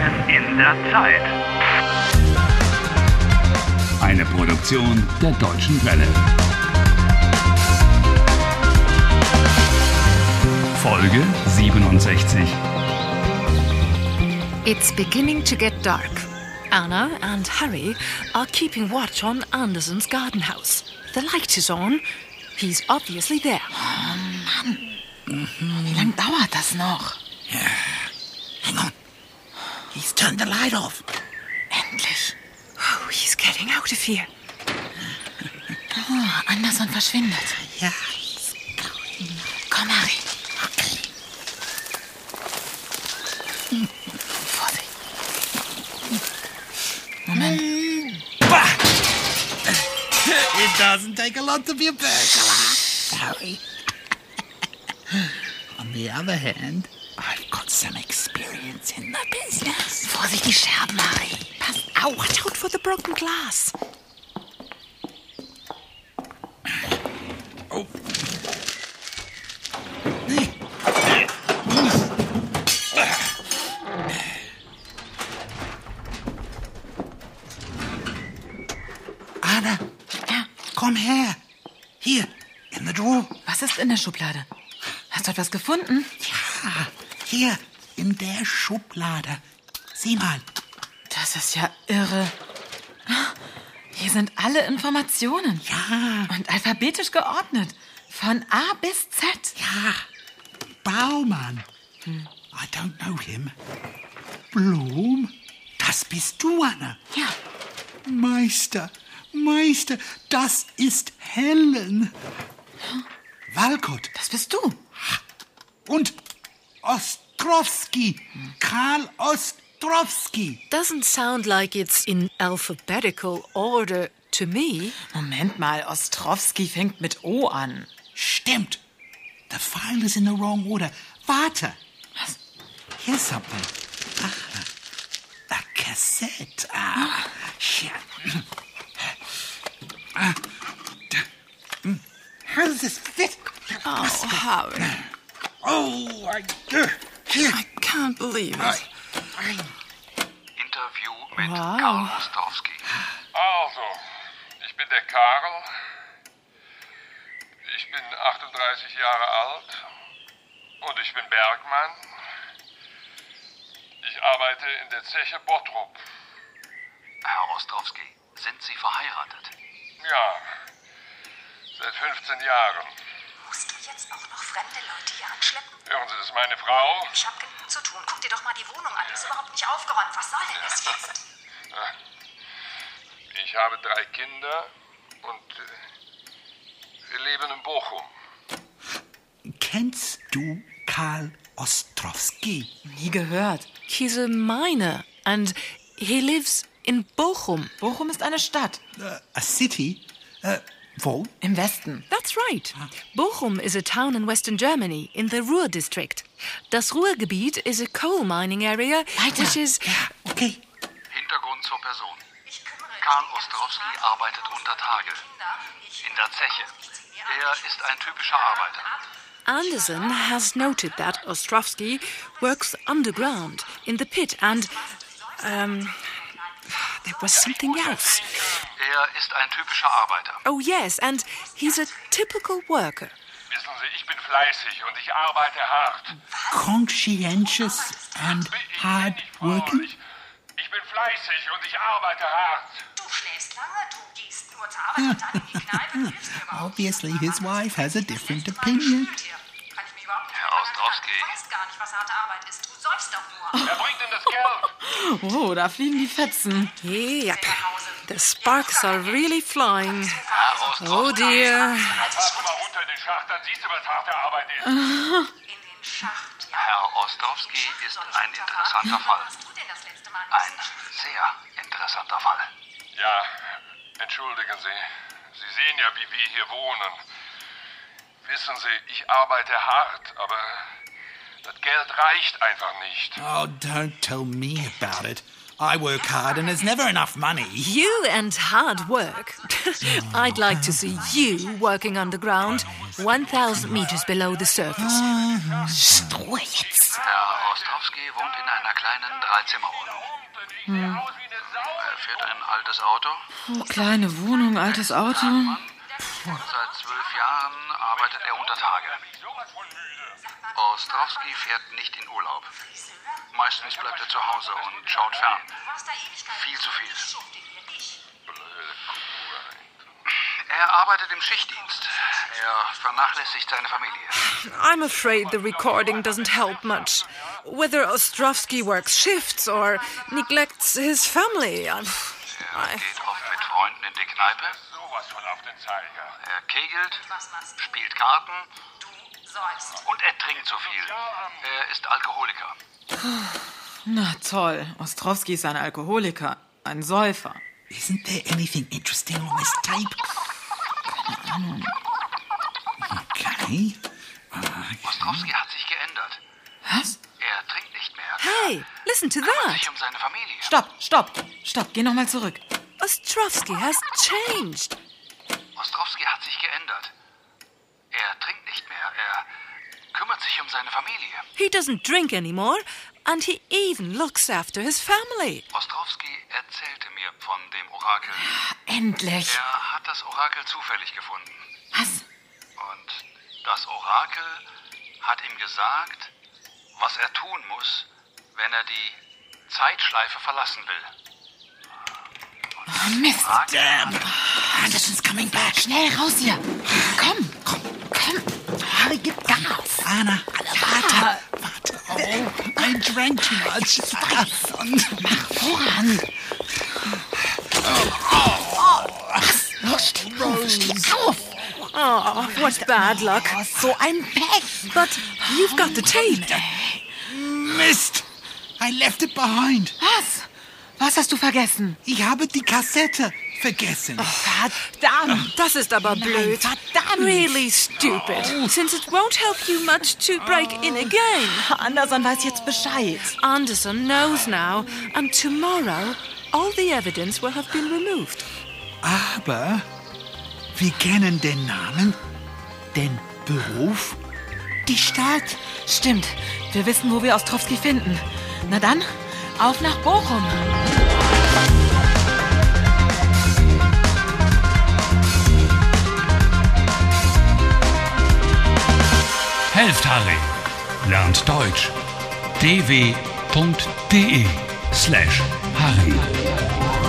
der Zeit. Eine Produktion der Deutschen Welle. Folge 67. It's beginning to get dark. Anna and Harry are keeping watch on Anderson's garden house. The light is on. He's obviously there. Wie lange dauert das noch? Hang on. He's turned the light off. Endlich. Oh, he's getting out of here. Oh, Anderson verschwindet. Yeah. Komm, Harry. Vorsicht. Moment. Bah! Äh, It doesn't take a lot to be a burglar. Sorry. on the other hand, I've got some experience in the business. Vorsicht, die Scherben, Harry. Pass Oh, watch out for the broken glass. Anna, Ja, komm her. Hier, in the drawer. was ist in der Schublade? Hast du etwas gefunden? Ja, hier, in der Schublade. Sieh mal. Das ist ja irre. Hier sind alle Informationen. Ja, Und alphabetisch geordnet. Von A bis Z. ja. Baumann. Hm. I don't know him. Blom? Das bist du, Anna. Ja. Meister, Meister, das ist Helen. Walcott Das bist du. und Ostrowski. Hm. Karl Ostrowski. Doesn't sound like it's in alphabetical order to me. Moment mal, Ostrowski fängt mit O an. Stimmt. The file is in the wrong order. Warte. Was? Here's something. Ah, a cassette. Ah, shit. Ah, d- mm. How does this fit? Oh, Harry. Oh, I, here. I can't believe I, it. I Interview mit Wow. Karl Ostowski. Also, ich bin der Karl. Ich bin 38 Jahre alt und ich bin Bergmann. Ich arbeite in der Zeche Bottrop. Herr Ostrowski, sind Sie verheiratet? Ja, seit 15 Jahren. Musst du jetzt auch noch fremde Leute hier anschleppen? Hören Sie, das ist meine Frau. Ich hab genug zu tun. Guck dir doch mal die Wohnung an. Die ist überhaupt nicht aufgeräumt. Was soll denn das jetzt? Ich habe drei Kinder und äh, wir leben in Bochum. Kennst du Karl Ostrowski? Nie gehört. He's a miner and he lives in Bochum. Bochum ist eine Stadt. A city? Äh, wo? Im Westen. That's right. Bochum is a town in western Germany in the Ruhr district. Das Ruhrgebiet is a coal mining area, Weiter. which is. Okay. Hintergrund zur Person. Ich kümmere mich Karl den ganzen Ostrowski Tag um arbeitet Haus- unter Tage. Kinder. Ich- In der Zeche. Ich zieh mir Er an, ich ist muss ein typischer Arbeiter. Anderson has noted that Ostrovsky works underground in the pit and. Um, there was something else. Er ist ein typischer Arbeiter. Oh, yes, and he's a typical worker. Wissen Sie, ich bin fleißig und ich arbeite hart. Conscientious and Ich bin hard nicht working? faul. Ich, ich bin fleißig und ich arbeite hart. Du schläfst lange, du gehst nur zur Arbeit und dann in die Kneipe. Du hilfst mir überhaupt Obviously, nicht. his wife has a different Letzte Mal opinion. gespült hier. Kann ich mich überhaupt nicht Herr dran erinnern. Ostrowski. Du weißt gar nicht, was harte Arbeit ist. Du säufst doch nur. Wer bringt denn das Geld? Oh, da fliegen die Fetzen. Yep. The sparks are really flying. Herr Ostrowski, Oh, dear. Fahr mal runter in den Schacht, dann siehst du, was harte Arbeit ist. In den Schacht, ja. Herr Ostrowski ist ein interessanter Wann Fall. warst du denn das letzte Mal in Ein diesem Schacht? sehr interessanter Fall. Ja, entschuldigen Sie. Sie sehen ja, wie wir hier wohnen. Wissen Sie, ich arbeite hart, aber das Geld reicht einfach nicht. Oh, don't tell me about it. I work hard and there's never enough money. You and hard work. I'd like to see you working underground, 1,000 meters below the surface. Ruhe jetzt. Herr Ostrowski wohnt in einer kleinen Dreizimmerwohnung. Unten Äh, Er fährt ein altes Auto. Oh, kleine Wohnung, altes Auto. Seit zwölf Jahren arbeitet er unter Tage. Ostrowski fährt nicht in Urlaub. Meistens bleibt er zu Hause und schaut fern. Viel zu viel. Er arbeitet im Schichtdienst. Er vernachlässigt seine Familie. I'm afraid the recording doesn't help much. Whether Ostrovsky works shifts or neglects his family. I'm- Er geht oft mit Freunden in die Kneipe. Sowas von auf den Zeiger. Er kegelt, spielt Karten Du sollst. und er trinkt zu viel. Er ist Alkoholiker. Na toll, Ostrowski ist ein Alkoholiker, ein Säufer. Isn't there anything interesting on this tape? Okay. Ostrowski hat sich geändert. Was? Er trinkt nicht mehr. Hey, listen to that. Sich um seine Familie. Stopp, stopp, stopp, geh nochmal zurück. Ostrovsky has changed. Ostrowski hat sich geändert. Er trinkt nicht mehr. Er kümmert sich um seine Familie. He doesn't drink anymore, and he even looks after his family. Ostrowski erzählte mir von dem Orakel. Endlich. Er hat das Orakel zufällig gefunden. Was? Und das Orakel hat ihm gesagt, was er tun muss, wenn er die Zeitschleife verlassen will. Oh, Mist. Damn. Anderson's coming back. Schnell raus hier. Komm, komm, komm. Harry, gib Gas. Anna, Anna, warte. Warte. Oh, I drank too much. Mach voran. oh, Oh, what bad luck. So ein Pech. But you've got the tape. Mist. I left it behind. Was? Was hast du vergessen? Ich habe die Kassette vergessen. Verdammt. Das ist aber blöd. verdammt. Really stupid. Since it won't help you much to break in again. Anderson weiß jetzt Bescheid. Anderson knows now, and tomorrow all the evidence will have been removed. Aber wir kennen den Namen, den Beruf, die Stadt. Stimmt. Wir wissen, wo wir Ostrowski finden. Na dann, auf nach Bochum. Helft Harry. Lernt Deutsch. dw.de slash e Harry.